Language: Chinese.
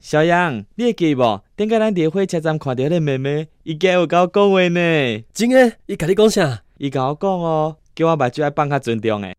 小杨，你会记无？顶个咱伫火车站看到迄个妹妹，伊今有甲我讲话呢。真诶，伊甲你讲啥？伊甲我讲哦，叫我目睭爱放较尊重诶。